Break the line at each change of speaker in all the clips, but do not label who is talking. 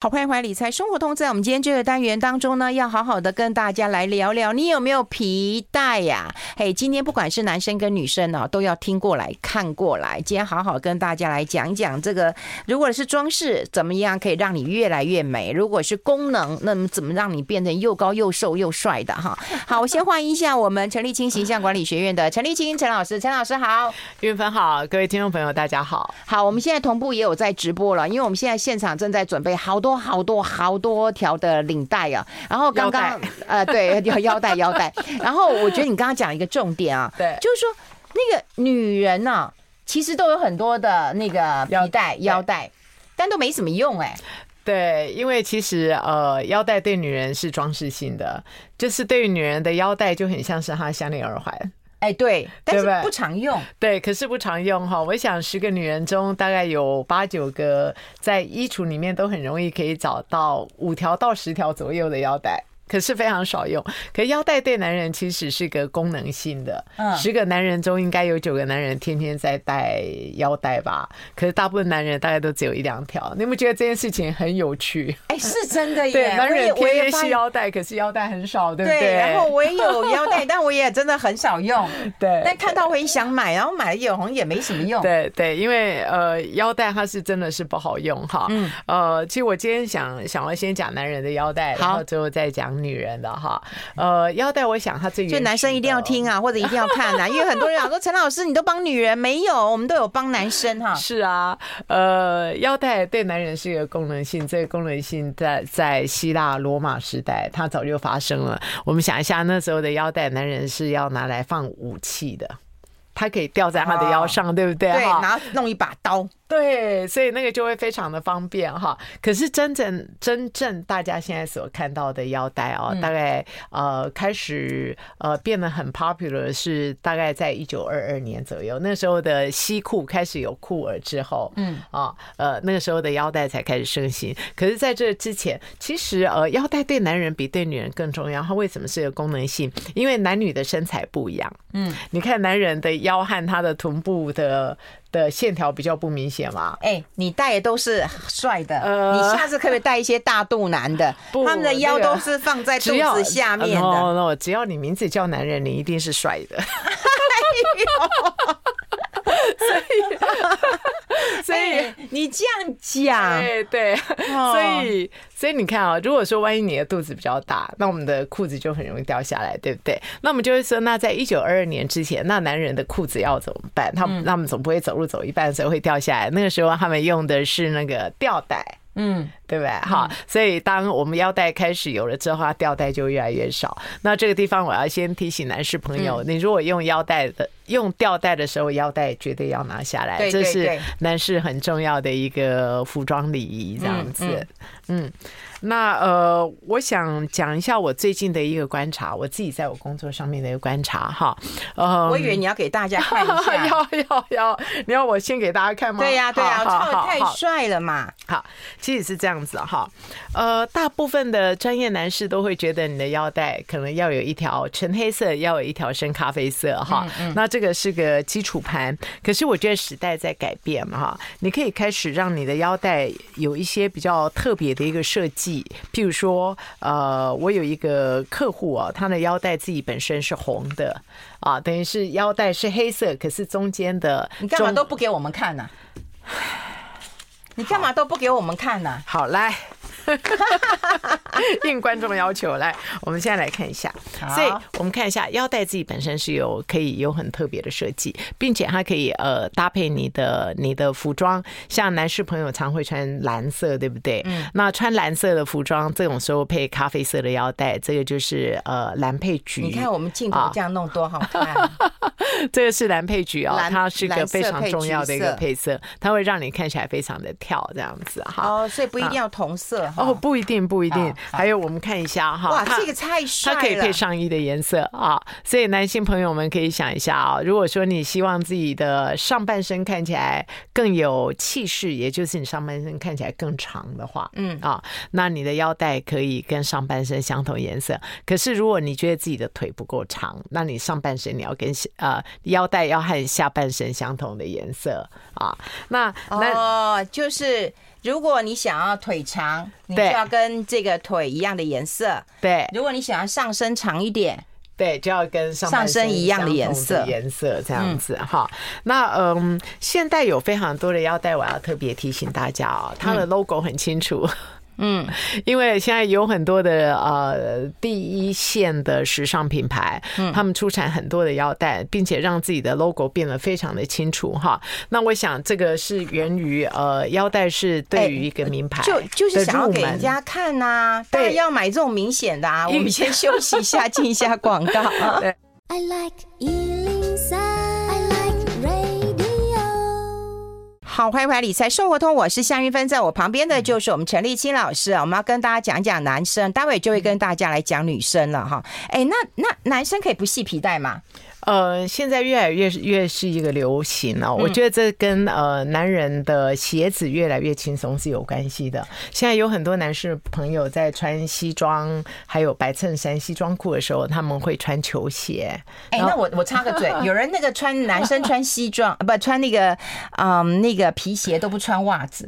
好，欢迎回来《理财生活通》。在我们今天这个单元当中呢，要好好的跟大家来聊聊，你有没有皮带呀、嘿，今天不管是男生跟女生哦、都要听过来、看过来。今天好好跟大家来讲讲这个，如果是装饰，怎么样可以让你越来越美？如果是功能，那么怎么让你变成又高又瘦又帅的哈？好，我先欢迎一下我们陈立清形象管理学院的陈立清陈老师，陈老师好。
运分好，各位听众朋友，大家好。
好，我们现在同步也有在直播了，因为我们现在现场正在准备好多好多好多条的领带啊，然后刚刚
腰带
呃对， 要腰带腰带，然后我觉得你刚刚讲一个重点啊，
对
就是说那个女人呐、啊，其实都有很多的那个皮带腰带，但都没什么用哎、
对，因为其实呃，腰带对女人是装饰性的，就是对于女人的腰带就很像是她的项链耳环。
哎对，但
对不
是
对
不常用，
对，可是不常用哈。我想十个女人中，大概有八九个在衣橱里面都很容易可以找到五条到十条左右的腰带。可是非常少用，可腰带对男人其实是个功能性的，
嗯
十个男人中应该有九个男人天天在戴腰带吧？可是大部分男人大概都只有一两条。你有没有觉得这件事情很有趣？
哎、是真的耶，
对，男
我也
人
我
天
也
天
发
系
现
腰带，可是腰带很少，对不
对，
对，
然后我也有腰 带，但我也真的很少用，
对，
但看到会想买，然后买了也好像也没什么用，
对对，因为呃腰带它是真的是不好用哈。
嗯
呃，其实我今天想想要先讲男人的腰带，然
好
后最后再讲女人的哈。呃，腰带我想它最
就男生一定要听
啊。
啊，或者一定要看 啊，因为很多人想说陈老师你都帮女人，没有，我们都有帮男生哈。
是啊，呃，腰带对男人是一个功能性，这个功能性在在希腊罗马时代它早就发生了。我们想一下，那时候的腰带，男人是要拿来放武器的，它可以吊在他的腰上，对不对？
对，
哈
然后弄一把刀，
对，所以那个就会非常的方便哈。可是真正真正大家现在所看到的腰带哦，大概呃开始呃变得很 popular 是大概在一九二二年左右，那时候的西裤开始有裤耳之后，嗯啊呃那个时候的腰带才开始盛行。可是在这之前，其实呃腰带对男人比对女人更重要。它为什么是有功能性？因为男女的身材不一样。嗯，你看男人的腰和他的臀部的。的线条比较不明显嘛，
哎、你带的都是帅的，
呃
你下次可不可以带一些大肚腩的？
不
他们的腰
那个
都是放在肚
只要呃哦
子下面的。
No
哎
No，只要你名字叫男人，你一定是帅的。所以，所以
哎，你这样讲，
对对，
哦
所以所以你看啊、如果说万一你的肚子比较大，那我们的裤子就很容易掉下来，对不对？那我们就会说，那在一九二二年之前，那男人的裤子要怎么办？他
嗯
们他们总不会走路走一半的时候会掉下来，那个时候他们用的是那个吊带。
嗯，
对不对？哈，所以当我们腰带开始有了之后，它吊带就越来越少。那这个地方我要先提醒男士朋
嗯
友，你如果用腰带的、用吊带的时候，腰带绝对要拿下来，
对对
这是
对
男士很重要的一个服装礼仪，这样子。
嗯
嗯那呃，我想讲一下我最近的一个观察，我自己在我工作上面的一个观察哈。呃，
我以为你要给大家看一下。
要要要，你要我先给大家看吗？
对呀、对呀、
好好好
超太
好
帅了嘛！
好，其实是这样子的哈，呃，大部分的专业男士都会觉得你的腰带可能要有一条纯黑色，要有一条深咖啡色哈。
嗯
那这个是个基础盘，可是我觉得时代在改变嘛哈，你可以开始让你的腰带有一些比较特别的一个设计，譬如说，呃，我有一个客户啊，他的腰带自己本身是红的啊，等于是腰带是黑色，可是中间的
你干嘛
中
都不给我们看呢、啊 你干嘛都不给我们看啊呢、
好，来， 应观众要求，来，我们现在来看一下。
好
所以我们看一下腰带自己本身是有可以有很特别的设计，并且它可以呃搭配你的你的服装，像男士朋友常会穿蓝色，对不对？嗯。那穿蓝色的服装，这种时候配咖啡色的腰带，这个就是呃蓝配橘。
你看我们镜头
啊
这样弄多好看，
这个是蓝配橘哦，
蓝
它是一
蓝
个
色
非常
配
重
橘
要的一个
色
配色，它会让你看起来非常的跳这样子啊哈。
哦，所以不一定要同色哈。
哦，不一定，不一定
啊好。
还有，我们看一下哈，
哇，
它
这个太帅
它
了！
可以配上衣的颜色啊，所以男性朋友们可以想一下啊，如果说你希望自己的上半身看起来更有气势，也就是你上半身看起来更长的话，嗯啊，那你的腰带可以跟上半身相同颜色。可是如果你觉得自己的腿不够长，那你上半身你要跟下呃腰带要和下半身相同的颜色啊。那那
哦，就是如果你想要腿长，你就
对
要跟这个腿一样的颜色；
对
如果你想要上身长一点，
对，就要跟上
上
半
身一样的
相
颜
同
色
颜色这样子哈。那嗯，现在有非常多的腰带，我要特别提醒大家哦，它的 logo 很清楚。
嗯，
因为现在有很多的呃第一线的时尚品牌，
嗯
他们出产很多的腰带，并且让自己的 logo 变得非常的清楚哈。那我想这个是源于呃腰带是对于一个名牌
哎就就是
的
想要
入
给人
门
家看呐、当然
哎对
要买这种明显的啊。我
因为
们先休息一下，进一下广 告啊。
I like Ealing Sound. I like radio.
好，欢迎回来理财生活通，我是夏云芬，在我旁边
嗯
的就是我们陈立青老师啊。我们要跟大家讲讲男生，待会就会
嗯
跟大家来讲女生了哈。哎，那那男生可以不系皮带吗？
呃，现在越来越是越是一个流行
嗯
哦，我觉得这跟呃男人的鞋子越来越轻松是有关系的。现在有很多男士朋友在穿西装，还有白衬衫、西装裤的时候，他们会穿球鞋。
哎，那我我插个 嘴，有人那个穿男生穿西装， 呃不穿那个嗯那个皮鞋都不穿袜子，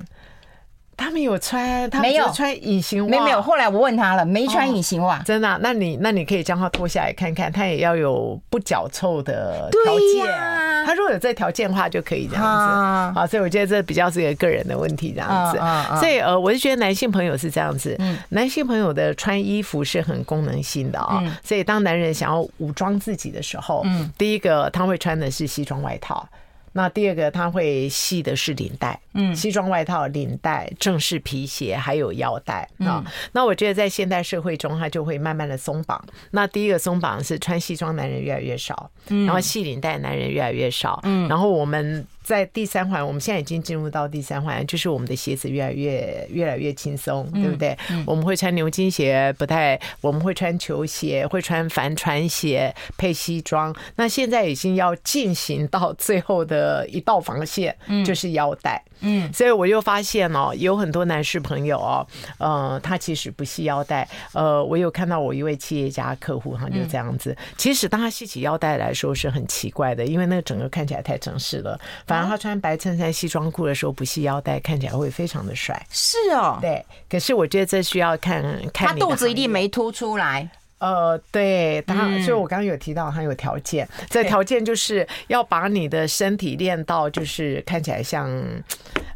他们有穿，他们
没有
只是穿隐形袜，
没有没有。后来我问他了，没穿
哦
隐形袜。
真的啊、那你那你可以将它脱下来看看，它也要有不脚臭的
对
条件。
呀
它如果有这条件的话，就可以这样
啊
子。好，所以我觉得这比较是一个个人的问题，这样子。
嗯嗯嗯
所以呃，我是觉得男性朋友是这样子，男性朋友的穿衣服是很功能性的啊、
嗯
所以当男人想要武装自己的时候，第一个他会穿的是西装外套。那第二个他会系的是领带，嗯，西装外套、领带、正式皮鞋，还有腰带
嗯
啊。那我觉得在现代社会中，他就会慢慢的松绑。那第一个松绑是穿西装男人越来越少，
嗯
然后系领带男人越来越少，嗯，然后我们。在第三环，我们现在已经进入到第三环，就是我们的鞋子越来越越来越轻松，对不对？我们会穿牛津鞋，不太，我们会穿球鞋，会穿帆船鞋配西装。那现在已经要进行到最后的一道防线，就是腰带。嗯，所以我又发现哦，有很多男士朋友哦，呃，他其实不系腰带，呃，我有看到我一位企业家客户哈，就这样子。其实当他系起腰带来说是很奇怪的，因为那个整个看起来太正式了。反而他穿白衬衫、西装裤的时候不系腰带，看起来会非常的帅。
是哦，
对，可是我觉得这需要看看
他
你的
肚子一
行业
定没凸出来。
呃，对，他，所以我刚刚有提到他有条件，这条件就是要把你的身体练到，就是看起来像，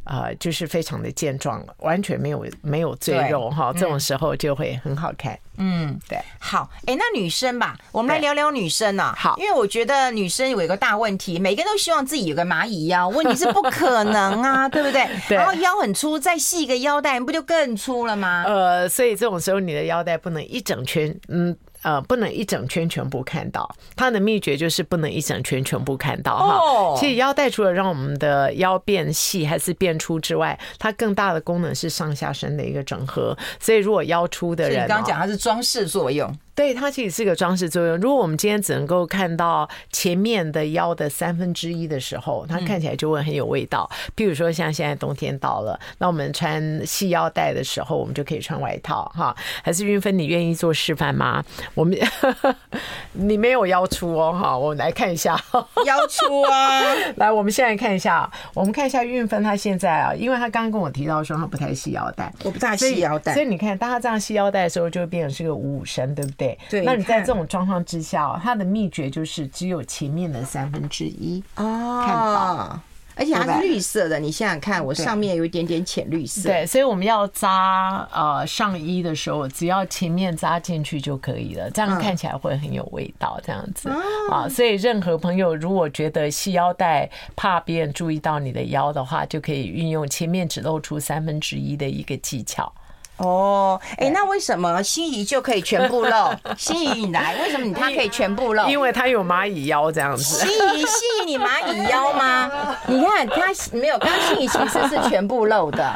呃，就是非常的健壮，完全没有没有赘
对
肉哈，这种时候就会很好看。
嗯，
对，
好，哎、那女生吧，我们来
对
聊聊女生啊。
好
因为我觉得女生有一个大问题，每个人都希望自己有个蚂蚁腰，问题是不可能啊，对不对？
对
然后腰很粗，再系一个腰带，不就更粗了吗？
呃，所以这种时候你的腰带不能一整圈，嗯。呃，不能一整圈全部看到，它的秘诀就是不能一整圈全部看到哈。
哦
其实腰带除了让我们的腰变细还是变粗之外，它更大的功能是上下身的一个整合。所以如果腰粗的
所以你
人、哦，
刚刚讲它是装饰作 用，
对，它其实是个装饰作用。如果我们今天只能够看到前面的腰的三分之一的时候，它看起来就会很有味道。譬如说，像现在冬天到了，那我们穿细腰带的时候，我们就可以穿外套哈。还是云芬，你愿意做示范吗？我们 你没有腰粗哦哈，我们来看一下。
腰粗啊，
来，我们现在看一下，我们看一下运芬她现在啊，因为她刚刚跟我提到说她不太系腰带，
我不大
所以
啊系腰带
所以你看，当她这样系腰带的时候，就会变成是个五五身，对不对？
对
那你在
看
这种状况之下哦，她的秘诀就是只有前面的三分之一。看
哦
到。
而且
对吧
它是绿色的，你想想看，我上面有一点点浅绿色。
对，所以我们要扎呃上衣的时候，只要前面扎进去就可以了，这
嗯
样看起来会很有味道，这样子啊。所以任何朋友如果觉得系腰带怕别人注意到你的腰的话，就可以运用前面只露出三分之一的一个技巧。
哦，哎、那为什么心仪就可以全部 露？心仪，你来，为什么你它可以全部露？
因为它有蚂蚁腰这样子。
心仪，心仪，你 蚂蚁腰吗？你看他没有，刚刚心仪其实是全部露的，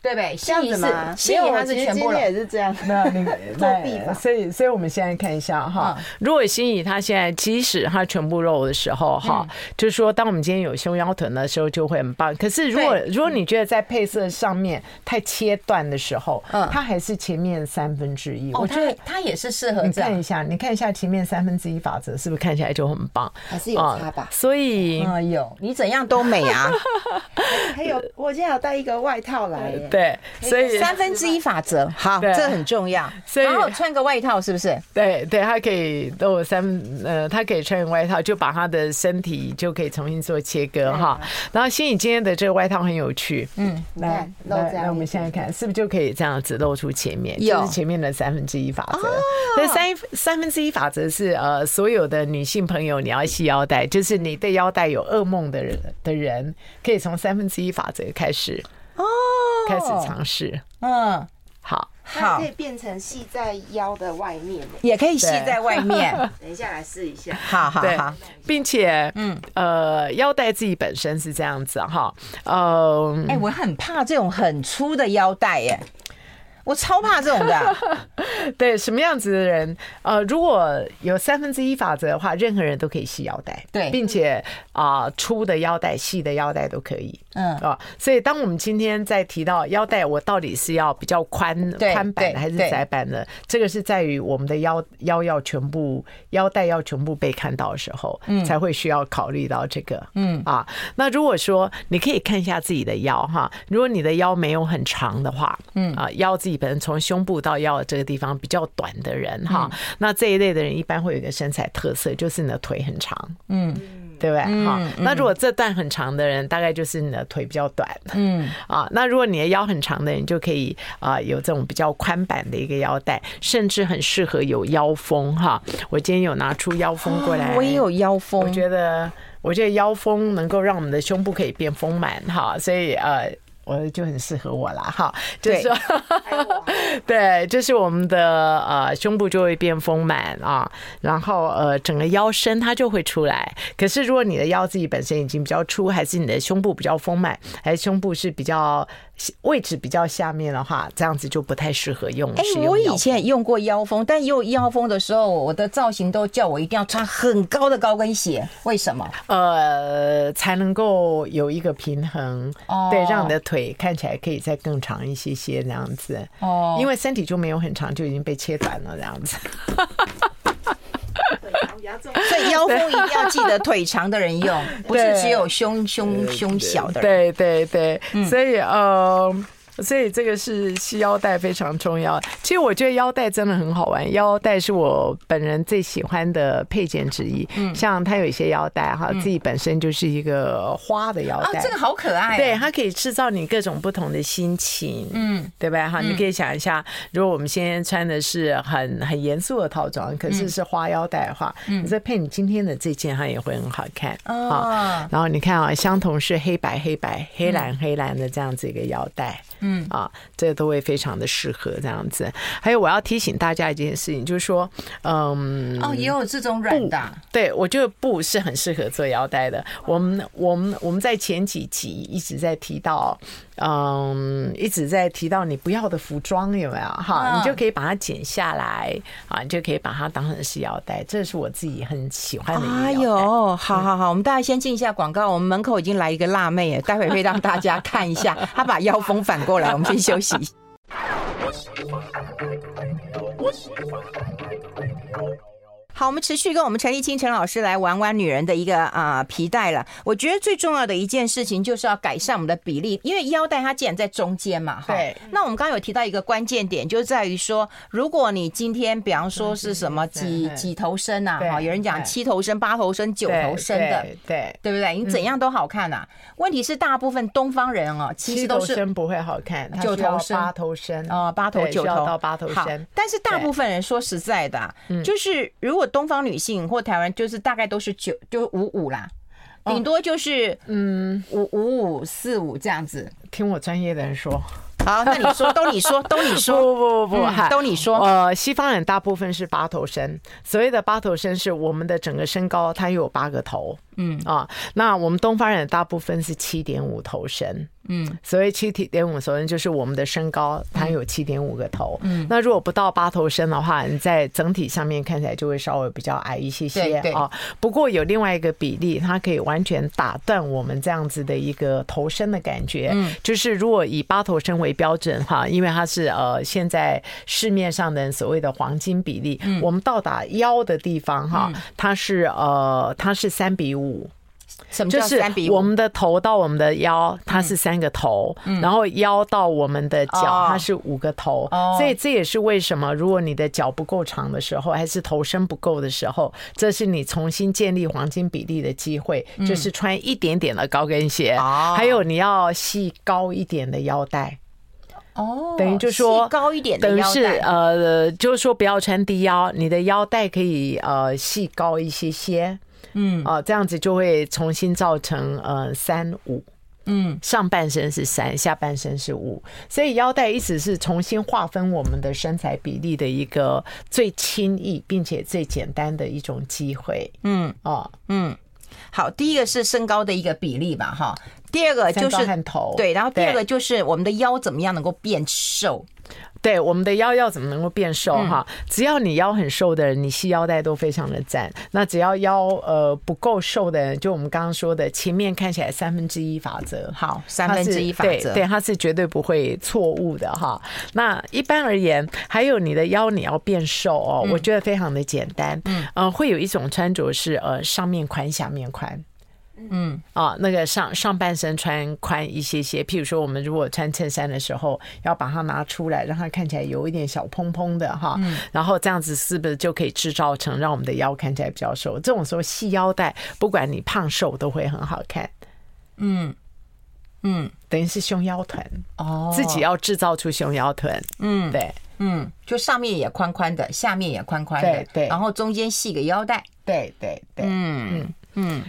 对不对？
这样子吗
心仪它是
没有我其实
全
今
部了
天。也是这样，
那你
作弊嗯
那
吧
所以，所以我们现在看一下哈，如果心仪他现在即使他全部肉的时候哈，
嗯
就是说，当我们今天有胸腰臀的时候就会很棒。可是如果
嗯
对
如果你觉得在配色上面太切断的时候，
嗯
它还是前面三分之一，我
哦，
觉得
他。他也是适合
你
这
看一
样，
下，你看一下前面三分之一法则是不是看起来就很棒啊
还是有差吧？
所以，
嗯，有。
哎你怎样都美 啊！哎
还有，我今天有带一个外套来耶，
对，所以
三分之一法则，好，
对
这很重要。
所以
然后穿个外套，是不是？
对对，他可以都有三呃，他可以穿外套，就把他的身体就可以重新做切割哈。然后心宇今天的这个外套很有趣，嗯，来
看露
来
这样
来，我们
一
现在看是不是就可以这样子露出前面，
有
就是前面的三分之一法则。那三三分之一法则是呃，所有的女性朋友你要系腰带，就是你对腰带有噩梦的人的人，可以从三分之一法则开始
哦，
开始尝试。
嗯，
好，
它
好
可以，变成系在腰的外面耶。
也可以系在外面。
等一下来试一下，
好好
对
好，，
并且，嗯，呃，腰带自己本身是这样子哈，呃，
哎，我很怕这种很粗的腰带，耶，我超怕这种的啊。
对，什么样子的人，呃，如果有三分之一法则的话，任何人都可以系腰带，
对
并且啊、粗的腰带、细的腰带都可以，
嗯
啊、所以当我们今天在提到腰带，我到底是要比较宽
对
宽版
对
的还是
对
窄版的，这个是在于我们的腰腰要全部腰带要全部被看到的时候，
嗯
才会需要考虑到这个，嗯啊，那如果说你可以看一下自己的腰哈，如果你的腰没有很长的话，嗯啊，腰自己本身从胸部到腰的这个地方比较短的人哈，
嗯
那这一类的人一般会有一个身材特色，就是你的腿很长，对不对？
嗯
哈、那如果这段很长的人，大概就是你的腿比较短，嗯啊，那如果你的腰很长的人，就可以啊、有这种比较宽版的一个腰带，甚至很适合有腰封哈。我今天有拿出腰封过来，
哦我也有腰
我
封，
觉得，我觉得腰封能够让我们的胸部可以变丰满哈，所以呃，我就很适合我啦哈，就是说， 对，就是我们的呃胸部就会变丰满啊，然后呃整个腰身它就会出来。可是如果你的腰自己本身已经比较粗，还是你的胸部比较丰满，还是胸部是比较位置比较下面的话，这样子就不太适合用。
哎、
使用
我
腰
以
封
前也用过腰封，但用腰封的时候，我的造型都叫我一定要穿很高的高跟鞋，为什么？
呃，才能够有一个平衡，
哦
对，让你的腿看起来可以再更长一些些那样子，
哦，
因为身体就没有很长，就已经被切短了这样子。
所以腰封一定要记得腿长的人用，不是
对
只有胸胸胸小的人。
对对对，所以呃。所以这个是系腰带非常重要。其实我觉得腰带真的很好玩，腰带是我本人最喜欢的配件之一。嗯，像它有一些腰带哈，自己本身就是一个花的腰
啊
带，，
这个好可爱、
对，，它可以制造你各种不同的心情，嗯，对吧？哈，你可以想一下，如果我们今天穿的是很很严肃的套装，可是是花腰带的话，你再配你今天的这件，它也会很好看
啊
啊。然后你看啊，相同是黑白黑白、黑蓝黑蓝的这样子一个腰带，嗯啊，这都会非常的适合这样子。还有，我要提醒大家一件事情，就是说，嗯，
哦，也有这种软的啊，
对，我觉得布是很适合做腰带的。我们我们我们在前几集一直在提到，嗯，一直在提到你不要的服装有没有哈？
嗯
你就可以把它剪下来啊，你就可以把它当成是腰带。这是我自己很喜欢的
哎
一个腰带。
呦，好好好，我们大家先进一下广告。我们门口已经来一个辣妹，待会会让大家看一下， 她把腰封反过来。我们先休息一下。好，我们持续跟我们陈立清陈老师来玩玩女人的一个啊、皮带了。我觉得最重要的一件事情就是要改善我们的比例，因为腰带它既然在中间嘛，哈
对。
那我们刚刚有提到一个关键点，就在于说，如果你今天比方说是什么
对
几
对
几头身啊，
对
哈，有人讲
对
七头身、八头身、九头身的，
对，嗯对，
对不对？你怎样都好看呐、问题是大部分东方人哦，其
七
实
头
都是。
身不会好看，它
九
需要
头身
八头身
哦，八头
对
九
需要
头
到八头
好
身。嗯
但是大部分人说实在的啊、就是如果东方女性或台湾，就是大概都是九，就五五啦，
哦
顶多就是嗯五五五四五这样子。
听我专业的人说，
好，那你说，都你 说，都你说，
不不不不
嗯
哈
都你说
呃，西方人大部分是八头身，所谓的八头身是我们的整个身高，它又有八个头，嗯啊，那我们东方人大部分是七点五头身，
嗯
所谓七点五首先就是我们的身高，它有七点五个头。
嗯
那如果不到八头身的话，你在整体上面看起来就会稍微比较矮一些些
对对
哦。不过有另外一个比例，它可以完全打断我们这样子的一个头身的感觉。
嗯，
就是如果以八头身为标准哈，因为它是呃现在市面上的所谓的黄金比例，
嗯
我们到达腰的地方哈，它是呃它是三比五。
什么
就
叫
是
三比
我
五？
们的头到我们的腰，它是三个头，然后腰到我们的脚，
嗯哦
它是五个头。
哦
所以这也是为什么，如果你的脚不够长的时候，还是头身不够的时候，这是你重新建立黄金比例的机会，就是穿一点点的高跟鞋，
嗯哦
还有你要系高一点的腰带。
哦
等于就说
细高一点的
等于
腰
是
带，
呃，就是说不要穿低腰，你的腰带可以呃系高一些些，
嗯
哦、这样子就会重新造成呃三五。
嗯，
上半身是三，下半身是五，所以腰带一直是重新划分我们的身材比例的一个最轻易并且最简单的一种机会。
嗯
哦，
嗯。好，第一个是身高的一个比例吧，哈。第二个呃就
三高
是
和头
对，然后第二个
对
就是我们的腰怎么样能够变瘦？
对，我们的腰要怎么能够变瘦哈？只要你腰很瘦的人，你系腰带都非常的赞。那只要腰呃不够瘦的人，就我们刚刚说的前面看起来三分之一法则，
好，三
它
分
是
之一法则
对，对，它是绝对不会错误的哈。那一般而言，还有你的腰你要变瘦哦，
嗯
我觉得非常的简单。嗯，呃，会有一种穿着是呃上面宽下面宽。
嗯，
啊，那个上上半身穿宽一些些，譬如说我们如果穿衬衫的时候，要把它拿出来，让它看起来有一点小蓬蓬的哈，
嗯
然后这样子是不是就可以制造成让我们的腰看起来比较瘦？这种时候系腰带，不管你胖瘦都会很好看，
嗯嗯，
等于是胸腰臀，
哦，
自己要制造出胸腰臀，
嗯
对
嗯，就上面也宽宽的，下面也宽宽的，
对对
然后中间系个腰带，
对对对。
嗯嗯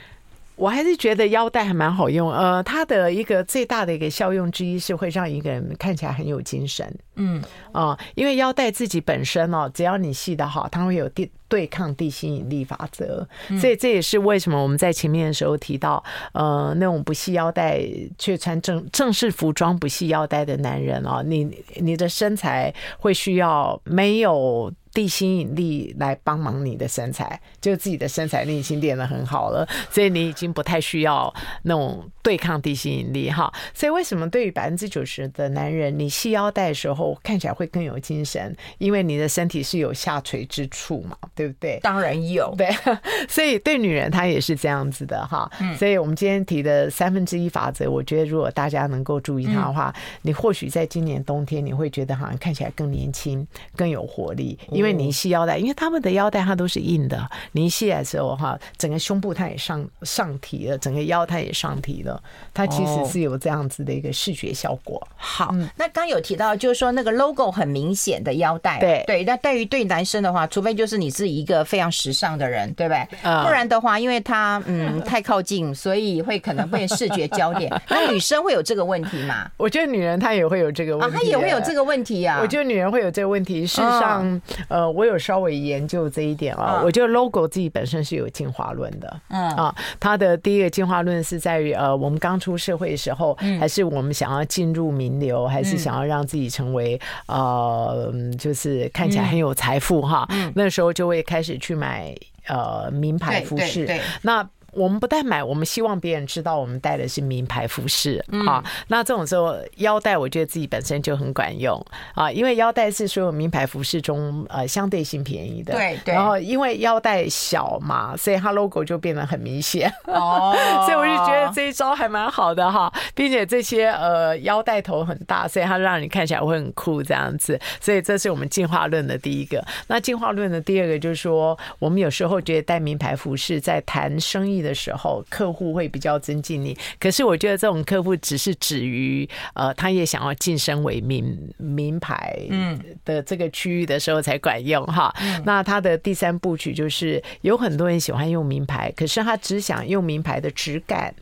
我还是觉得腰带还蛮好用，呃，它的一个最大的一个效用之一是会让一个人看起来很有精神，
嗯
啊、因为腰带自己本身哦，只要你系得好，它会有地对抗地心引力法则，
嗯
所以这也是为什么我们在前面的时候提到，呃，那种不系腰带却穿正正式服装不系腰带的男人哦，你你的身材会需要没有。地心引力来帮忙你的身材，就自己的身材你已经练得很好了，所以你已经不太需要那种对抗地心引力哈。所以为什么对于百分之九十的男人，你系腰带的时候看起来会更有精神，因为你的身体是有下垂之处嘛，对不对？
当然有，
对， 所以对女人她也是这样子的哈。
嗯
所以我们今天提的三分之一法则，我觉得如果大家能够注意它的话，
嗯
你或许在今年冬天你会觉得好像看起来更年轻、更有活力，因为你一系腰
哦
带，因为他们的腰带它都是硬的，你一系的时候哈，整个胸部它也上上提了，整个腰它也上提了，它其实
哦
是有这样子的一个视觉效果。
好，
嗯
那刚有提到，就是说那个 logo 很明显的腰带，
对
对。那对于对男生的话，除非就是你是一个非常时尚的人，对不对？
嗯
不然的话，因为他嗯太靠近，所以会可能会视觉焦 点。那女生会有这个问题吗？
我觉得女人她也会有这个问
啊，
题、
她也会有这。个问题啊。
我觉得女人会有这个问题。事实上，呃，我有稍微研究这一点啊。
嗯
我觉得 logo 自己本身是有进化论的
嗯
啊。它的第一个进化论是在于，呃，我们刚出社会的时候，
嗯
还是我们想要进入名流，还是想要让自己成为呃，嗯就是看起来很有财富哈。
嗯
那时候就会开始去买呃名牌
对
服
对
饰。
对
那我们不但买，我们希望别人知道我们戴的是名牌服饰、啊。
嗯
那这种时候，腰带我觉得自己本身就很管用啊，因为腰带是所有名牌服饰中呃相对性便宜的。
对对
然后因为腰带小嘛，所以它 logo 就变得很明显。，
哦
所以我就觉得这一招还蛮好的哈，并且这些呃腰带头很大，所以它让你看起来会很酷这样子。所以这是我们进化论的第一个。那进化论的第二个就是说，我们有时候觉得戴名牌服饰在谈生意的时候，客户会比较尊敬你。可是我觉得这种客户只是止于呃，他也想要晋升为名名牌嗯的这个区域的时候才管用哈。那他的第三部曲就是有很多人喜欢用名牌，可是他只想用名牌的质感。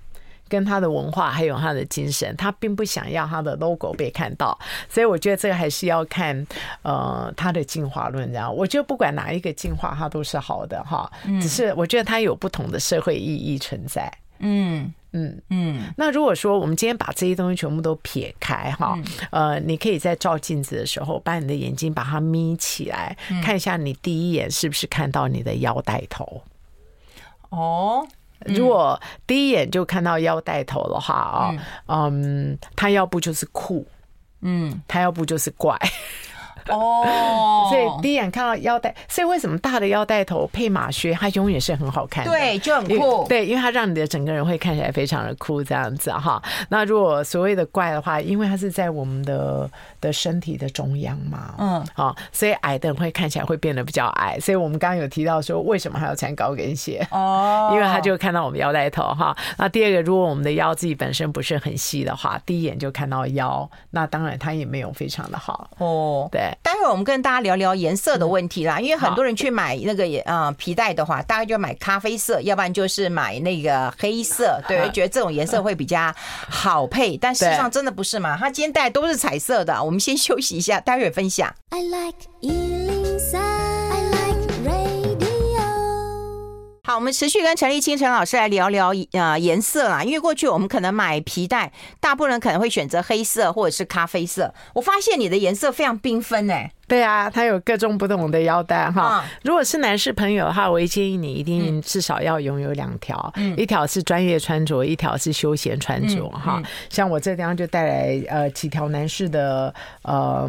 跟他的文化还有他的精神，他并不想要他的 logo 被看到，所以我觉得这个还是要看呃他的进化论这样。我觉得不管哪一个进化，
嗯
它都是好的哈，只是我觉得它有不同的社会意义存在。
嗯
嗯，
嗯，
那如果说我们今天把这些东西全部都撇开哈，
嗯
呃，你可以在照镜子的时候，把你的眼睛把它眯起来，看一下你第一眼是不是看到你的腰带头。
哦，
如果第一眼就看到腰带头的话啊、嗯，他要不就是酷，
嗯，
他要不就是怪。
哦，
所以第一眼看到腰带，所以为什么大的腰带头配马靴，它永远是很好看的。
对，就很
因为
酷，
对，因为它让你的整个人会看起来非常的酷这样子哈。那如果所谓的怪的话，因为它是在我们的的身体的中央嘛，
嗯，
好、所以矮的人会看起来会变得比较矮。所以我们刚刚有提到说，为什么还要穿高跟鞋？
哦，
因为他就会看到我们腰带头哈。那第二个，如果我们的腰自己本身不是很细的话，第一眼就看到腰，那当然它也没有非常的好。
哦。嗯
对，
待会儿我们跟大家聊聊颜色的问题啦，因为很多人去买那个也呃皮带的话，大概就买咖啡色，要不然就是买那个黑 色，对，
好
觉得这种颜色会比较好配，但事实上真的不是嘛，它今天戴都是彩色的。我们先休息一下，待会儿分享。
I like Ealing Sound. I like radio.
好，我们持续跟陈立清陈老师来聊聊呃颜色啦，因为过去我们可能买皮带，大部分人可能会选择黑色或者是咖啡色。我发现你的颜色非常缤纷哎，
对啊，它有各种不同的腰带哈。
嗯
如果是男士朋友的话，我也建议你一定至少要拥有两条，一条是专业穿着，一条是休闲穿着哈。像我这地方就带来呃几条男士的呃。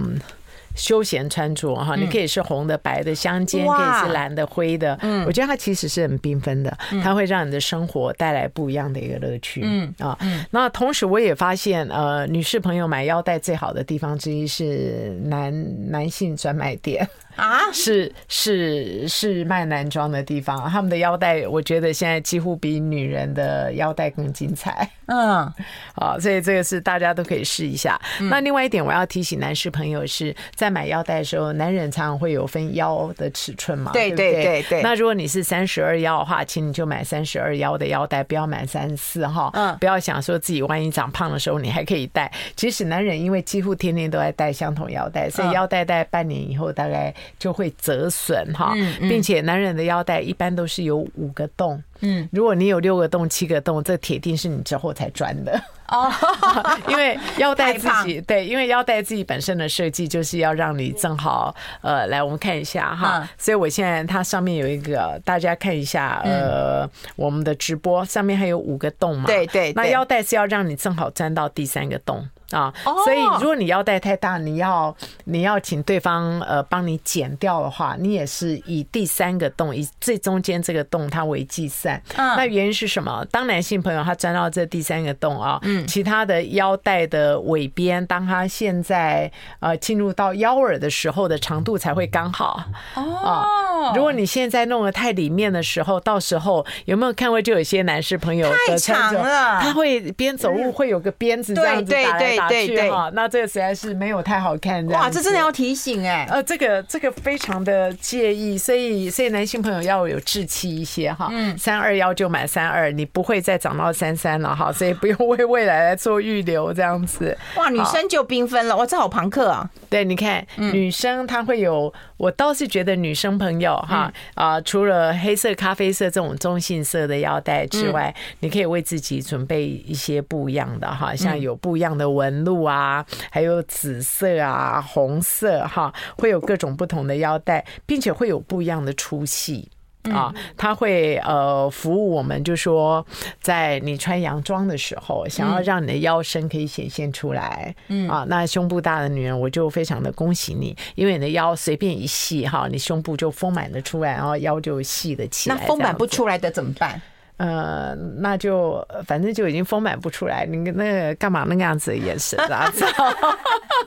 休闲穿着哈，你可以是红的、白的相间，可
哇
以是蓝的、灰的。我觉得它其实是很缤纷的，它会让你的生活带来不一样的一个乐趣。嗯啊，那同时我也发现，呃，女士朋友买腰带最好的地方之一是男男性专卖 店。
啊，
是是是卖男装的地方，他们的腰带，我觉得现在几乎比女人的腰带更精彩。
嗯，
好，啊所以这个是大家都可以试一下。那另外一点，我要提醒男士朋友是在买腰带的时候，男人常常会有分腰的尺寸嘛，
对
不
对
对
对对
那如果你是三十二腰的话，请你就买三十二腰的腰带，不要买三四哈。
嗯
不要想说自己万一长胖的时候你还可以戴。即使男人因为几乎天天都在戴相同腰带，
嗯
所以腰带戴半年以后大概就会折损哈，
嗯
并且男人的腰带一般都是有五个洞。嗯，如果你有六个洞、七个洞，这铁定是你之后才钻的。
哦，
因为腰带自
太
己对，因为腰带自己本身的设计就是要让你正好呃，来我们看一下哈，
嗯
所以我现在它上面有一个，大家看一下呃，我们的直播上面还有五个洞嘛，
对对
那
对
腰带是要让你正好钻到第三个洞。啊，所以如果你腰带太大，你要你要请对方呃帮你剪掉的话，你也是以第三个洞，以最中间这个洞它为计算。
嗯
那原因是什么？当男性朋友他钻到这第三个洞啊，嗯，其他的腰带的尾边，当他现在呃进入到腰耳的时候的长度才会刚好哦。如果你现在弄得太里面的时候，到时候有没有看过？就有些男士朋友
太
的穿着
长了嗯
他会边走路会有个鞭子这样子
对对
打来打
对对
去
对
哈，那这个实在是没有太好看。
哇，
样
这
子
真的要提醒
欸
哎、
呃，这个这个非常的介意，所以所以男性朋友要有志气一些哈。嗯，三二幺就买三二，你不会再涨到三三了哈，所以不用为未来来做预留这样子。
哇，女
好
生就缤纷了，哇，这好朋克
哦
啊！
对，你看女生她会有，我倒是觉得女生朋友哈啊、除了黑色、咖啡色这种中性色的腰带之外，你可以为自己准备一些不一样的哈，像有不一样的纹路啊，还有紫色啊、红色哈，会有各种不同的腰带，并且会有不一样的粗细。啊，
嗯
它会呃服务我们，就说在你穿洋装的时候，想要让你的腰身可以显现出来，嗯啊，那胸部大的女人，我就非常的恭喜你，因为你的腰随便一细哈，你胸部就丰满的出来，然后腰就细的起
那
来，
丰满不
这样子
出来的怎么办？
呃，那就呃反正就已经丰满不出来，你那个干嘛那个样子的眼神 啊？这样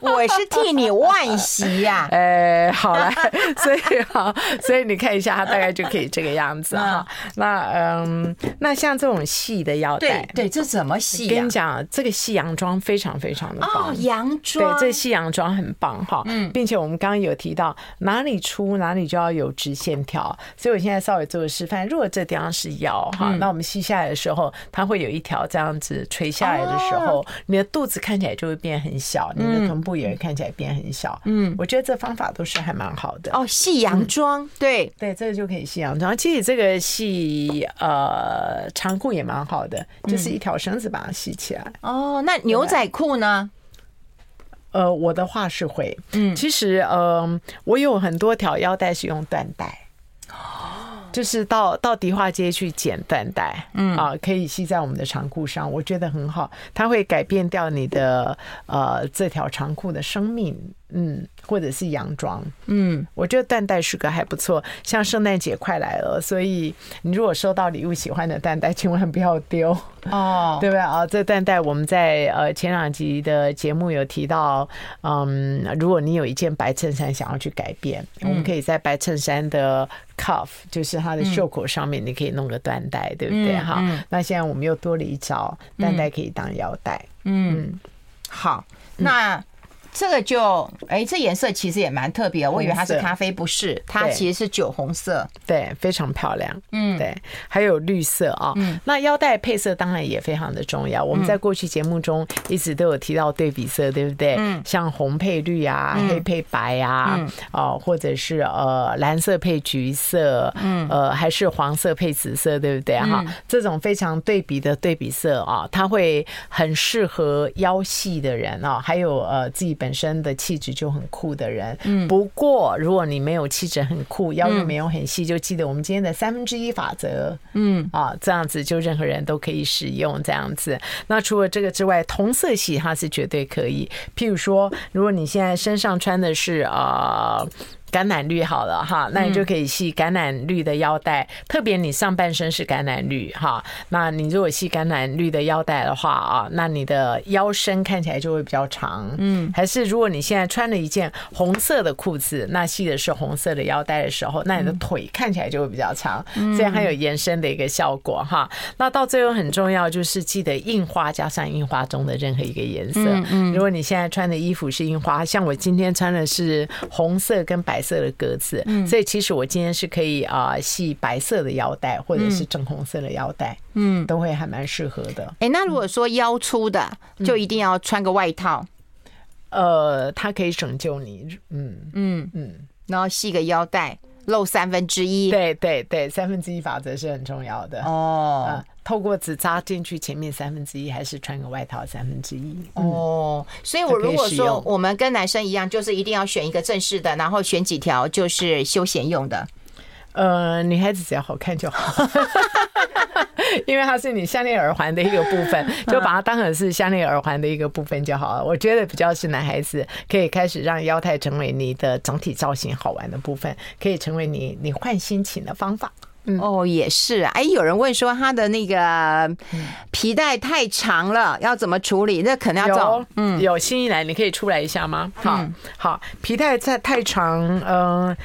我是替你惋惜 呀、
哎、好了， 所以哈，所以你看一下，它大概就可以这个样子哈。那嗯，那像这种细的腰带
对，对，这怎么洗呀、
跟你讲，这个细洋装非常非常的棒。
哦，洋
对
装，，
这细洋装很棒哈，并且我们刚刚有提到哪里粗哪里就要有直线条，所以我现在稍微做个示范。如果这地方是腰哈，那我们吸下来的时候，它会有一条这样子垂下来的时候，你的肚子看起来就会变很小，你的臀部也会看起来变很小。嗯，我觉得这方法都是还蛮好的。
哦，细洋装，对，
对，这个就可以系洋装。其实这个系呃长裤也蛮好的，就是一条绳子把它系起来。
哦，那牛仔裤呢？
呃，我的话是会，嗯，其实呃，我有很多条腰带是用缎带。哦就是到到迪化街去剪缎带，嗯啊，可以系在我们的长裤上，我觉得很好，它会改变掉你的呃这条长裤的生命，嗯，或者是洋装，嗯，我觉得缎带是个还不错。像圣诞节快来了，所以你如果收到礼物喜欢的缎带， 千万不要丢。
哦，
对吧？啊，这段带我们在呃前两集的节目有提到，嗯，如果你有一件白衬衫想要去改变，我们可以在白衬衫的 cuff，就是它的袖口上面，你可以弄个缎带，对不对？哈、那现在我们又多了一招，缎带可以当腰带。
好，那这个就，哎，这颜色其实也蛮特别哦，我以为它是
红色
咖啡，不是，它
对
其实是酒红色。
对，非常漂亮。嗯，对，还有绿色啊、那腰带配色当然也非常的重要。我们在过去节目中一直都有提到对比色，对不对？嗯，像红配绿啊，黑配白啊，哦、或者是呃蓝色配橘色，嗯，呃还是黄色配紫色，对不对？哈、这种非常对比的对比色啊，它会很适合腰细的人啊，还有呃自己本身的气质就很酷的人。嗯，不过如果你没有气质很酷，腰又没有很细，就记得我们今天的三分之一法则。嗯，啊，这样子就任何人都可以使用这样子。那除了这个之外，同色系它是绝对可以。譬如说，如果你现在身上穿的是呃。橄榄绿好了哈，那你就可以系橄榄绿的腰带，特别你上半身是橄榄绿哈，那你如果系橄榄绿的腰带的话啊，那你的腰身看起来就会比较长。嗯，还是如果你现在穿了一件红色的裤子，那系的是红色的腰带的时候，那你的腿看起来就会比较长，这样还有延伸的一个效果哈。那到最后很重要就是记得印花加上印花中的任何一个颜色。如果你现在穿的衣服是印花，像我今天穿的是红色跟白色的格子，所以其实我今天是可以啊系白色的腰带或者是正红色的腰带，嗯，都会还蛮适合的。
哎，那如果说腰粗的，就一定要穿个外套，
呃，它可以拯救你，嗯嗯，
然后系个腰带，露三分之一。
对对对，三分之一法则是很重要的。
哦
啊，透过只扎进去前面三分之一，还是穿个外套三分之一。
哦，所以我如
嗯就可
果
以使用
说我们跟男生一样，就是一定要选一个正式的，然后选几条就是休闲用的。
呃，女孩子只要好看就好， 因为它是你项链耳环的一个部分，就把它当成是项链耳环的一个部分就好了。我觉得比较是男孩子可以开始让腰带成为你的整体造型好玩的部分，可以成为你你换心情的方法。
哦，也是啊。哎，有人问说他的那个
嗯
皮带太长了，要怎么处理？那可能要找
有，嗯，有新一来，你可以出来一下吗？好，好，皮带在太长，嗯、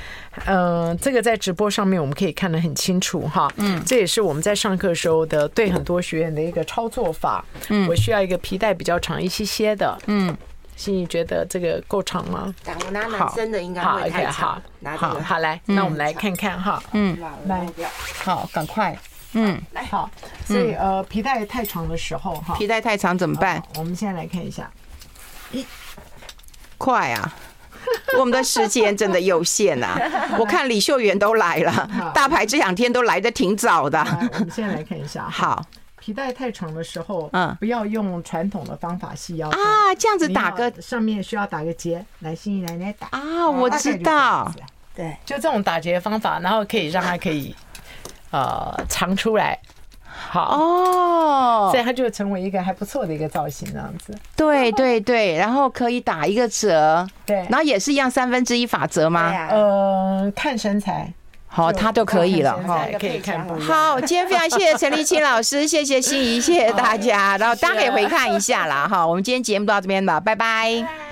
嗯、这个在直播上面我们可以看得很清楚哈，嗯，这也是我们在上课时候的对很多学员的一个操作法，嗯，我需要一个皮带比较长一些些的，嗯，心怡觉得这个够长吗？
但我拿男
好，
生的应该
好
会
，OK，
太长
好，，
拿这
好，
个
好来，那我们来看看哈，
嗯，来不要
好，赶快。
好，所以呃，皮带太长的时候哈，
皮带太长怎么办？
我们现在来看一 下，
快啊！我们的时间真的有限 啊！我看李秀媛都来了，大牌这两天都来的挺早的。
来，我们现在来看一下，好
好
皮带太长的时候，
嗯
不要用传统的方法系腰带，
啊，这样子
你
打
要
个
上面需要打个结，来心怡来来打哦
啊，我知道，
大概就这样子
对，
就这种打结方法，然后可以让它可以呃长出来，好，
哦
所，以它就成为一个还不错的一个造型，这样子，
对对对，然后可以打一个折，
对
然，后也是一样三分之一法则
对啊
吗？
呀，
呃，看身材，
好，
就
他都可以了
看身
哈。
材可以看不一样
好，今天非常谢谢陈立青老师，谢谢心怡，谢谢大家，然后大家可以回看一下啦哈。我们今天节目到这边了，拜拜。